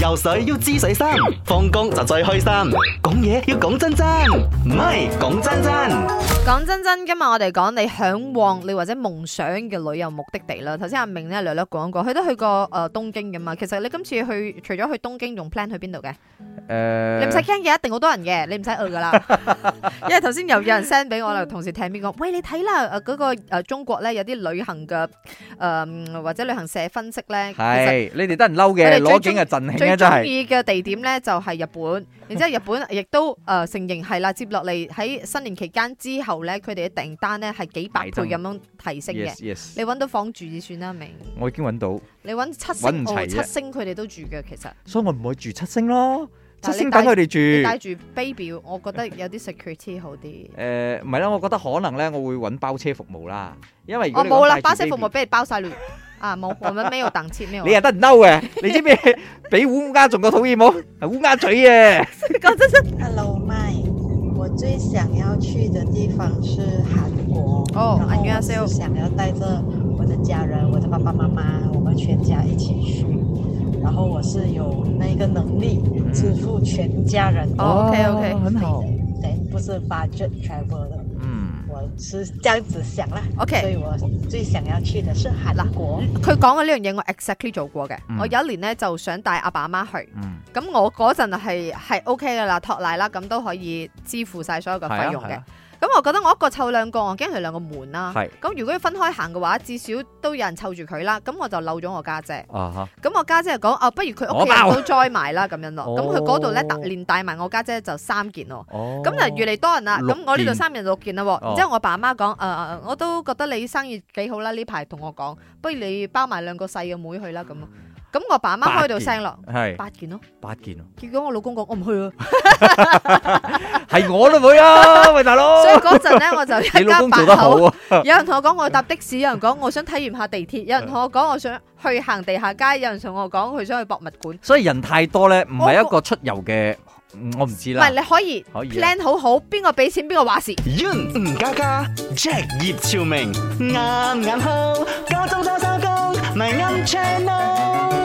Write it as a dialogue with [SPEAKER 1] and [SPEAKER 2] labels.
[SPEAKER 1] 游水要知水深，放工就最開心。講嘢要講真真，唔係講真真。
[SPEAKER 2] 講真真，今日我哋講你向往你或者夢想嘅旅遊目的地啦。頭先阿明咧略略講過，佢都去過誒、呃、東京噶嘛。其實你今次去除咗去東京，仲 plan 去邊度嘅？
[SPEAKER 3] 誒，
[SPEAKER 2] 你唔使驚嘅，一定好多人嘅，你唔使餓噶啦。因為頭先又有人 send 俾我啦，同事睇邊個？喂，你睇啦，誒、嗰、個、呃、中國咧有啲旅行嘅誒、嗯或者旅行社分析咧，其實
[SPEAKER 3] 係你哋得人嬲
[SPEAKER 2] 我哋
[SPEAKER 3] 嘅，
[SPEAKER 2] 最
[SPEAKER 3] 攞景嘅陣慶
[SPEAKER 2] 最
[SPEAKER 3] 啊，真
[SPEAKER 2] 中
[SPEAKER 3] 係
[SPEAKER 2] 意嘅地點咧就係日本，然之後日本亦都誒承認係啦，接落嚟喺新年期間之後咧，佢哋嘅訂單咧係幾百倍咁樣提升嘅。
[SPEAKER 3] yes yes，
[SPEAKER 2] 你揾到房住就算啦，明？
[SPEAKER 3] 我已經揾到，
[SPEAKER 2] 你揾七
[SPEAKER 3] 搵
[SPEAKER 2] 星
[SPEAKER 3] 唔齊
[SPEAKER 2] 哦，
[SPEAKER 3] 啫
[SPEAKER 2] 七星佢哋都住嘅，其實
[SPEAKER 3] 所以我唔會住七星咯，
[SPEAKER 2] 但
[SPEAKER 3] 七
[SPEAKER 2] 係你
[SPEAKER 3] 星等佢哋
[SPEAKER 2] 你帶
[SPEAKER 3] 住。
[SPEAKER 2] 住 baby，我覺得有啲 security 好啲。
[SPEAKER 3] 誒，唔係啦，我覺得可能咧，我會揾包車服務啦，因為如
[SPEAKER 2] 我
[SPEAKER 3] 果你
[SPEAKER 2] 哦冇啦，
[SPEAKER 3] 講帶
[SPEAKER 2] 巴
[SPEAKER 3] 住
[SPEAKER 2] 士服
[SPEAKER 3] baby
[SPEAKER 2] 務俾你包晒亂啊！ 冇，我們沒有檔次，沒有。
[SPEAKER 3] 你又得人嬲嘅，你知唔 知比烏鴉仲過討厭冇？係烏鴉嘴嘅。
[SPEAKER 4] Hello, Mike。我最想要去的地方是韩国。
[SPEAKER 2] 哦
[SPEAKER 4] 然后
[SPEAKER 2] 안녕하세요
[SPEAKER 4] 我是想要带着我的家人，我的爸爸妈妈，我们全家一起去。然后我是有那个能力支付全家人的
[SPEAKER 2] 哦，OK，OK
[SPEAKER 3] 很
[SPEAKER 4] 费
[SPEAKER 3] 好。
[SPEAKER 4] 的，对，不是 budget travel 的。
[SPEAKER 3] 嗯，
[SPEAKER 4] 我是这样子想啦。
[SPEAKER 2] OK
[SPEAKER 4] 所以我最想要去的是韩国。
[SPEAKER 2] 佢講嘅呢樣嘢，我 exactly 做過嘅。
[SPEAKER 3] 嗯
[SPEAKER 2] 我有一年咧就想帶阿爸阿媽去。
[SPEAKER 3] 嗯，
[SPEAKER 2] 咁我嗰陣係係 OK 噶啦，托賴啦，咁都可以支付晒所有嘅費用
[SPEAKER 3] 係
[SPEAKER 2] 嘅
[SPEAKER 3] 啊。
[SPEAKER 2] 咁我覺得我一個湊兩個，我驚佢兩個悶啦。
[SPEAKER 3] 係
[SPEAKER 2] 咁如果要分開行嘅話，至少都有人湊住佢啦。咁我就漏咗我家姐。
[SPEAKER 3] 啊哈，
[SPEAKER 2] 咁我家姐就講啊，不如佢屋
[SPEAKER 3] 我
[SPEAKER 2] 企人
[SPEAKER 3] 包
[SPEAKER 2] 都 join 埋啦，咁樣咯。
[SPEAKER 3] 哦
[SPEAKER 2] 咁佢嗰度咧，特連帶埋我家姐就三件咯。
[SPEAKER 3] 哦
[SPEAKER 2] 咁就越嚟多人啦，
[SPEAKER 3] 六
[SPEAKER 2] 咁我呢度
[SPEAKER 3] 件哦
[SPEAKER 2] 三人六件啦喎，然之後我爸媽講，誒、呃我都覺得你生意幾好啦，呢排同我講，不如你包埋兩個細嘅妹去啦咁，咁我爸媽開到聲咯，
[SPEAKER 3] 係
[SPEAKER 2] 八件咯，
[SPEAKER 3] 八件喎，
[SPEAKER 2] 結果我老公講我唔去啊啦，
[SPEAKER 3] 係我都會啊，喂大佬
[SPEAKER 2] 所以，嗰陣咧我就
[SPEAKER 3] 你
[SPEAKER 2] 一
[SPEAKER 3] 老
[SPEAKER 2] 家
[SPEAKER 3] 公做得
[SPEAKER 2] 八
[SPEAKER 3] 好
[SPEAKER 2] 口，
[SPEAKER 3] 啊，
[SPEAKER 2] 有人同我講我要搭的士，有人講我想體驗下地鐵，有人同我 講我想去行地下街，有人同我講佢想去博物館，
[SPEAKER 3] 所以人太多咧，唔係一個出遊嘅，嗯我唔知
[SPEAKER 2] 唔
[SPEAKER 3] 啦
[SPEAKER 2] 係。你可以
[SPEAKER 3] 可以啊
[SPEAKER 2] plan 好好，邊個俾錢邊個話事。
[SPEAKER 1] Yun 吳家家，Jack 葉朝明，啱啱好，加州多收工，咪啱 channel。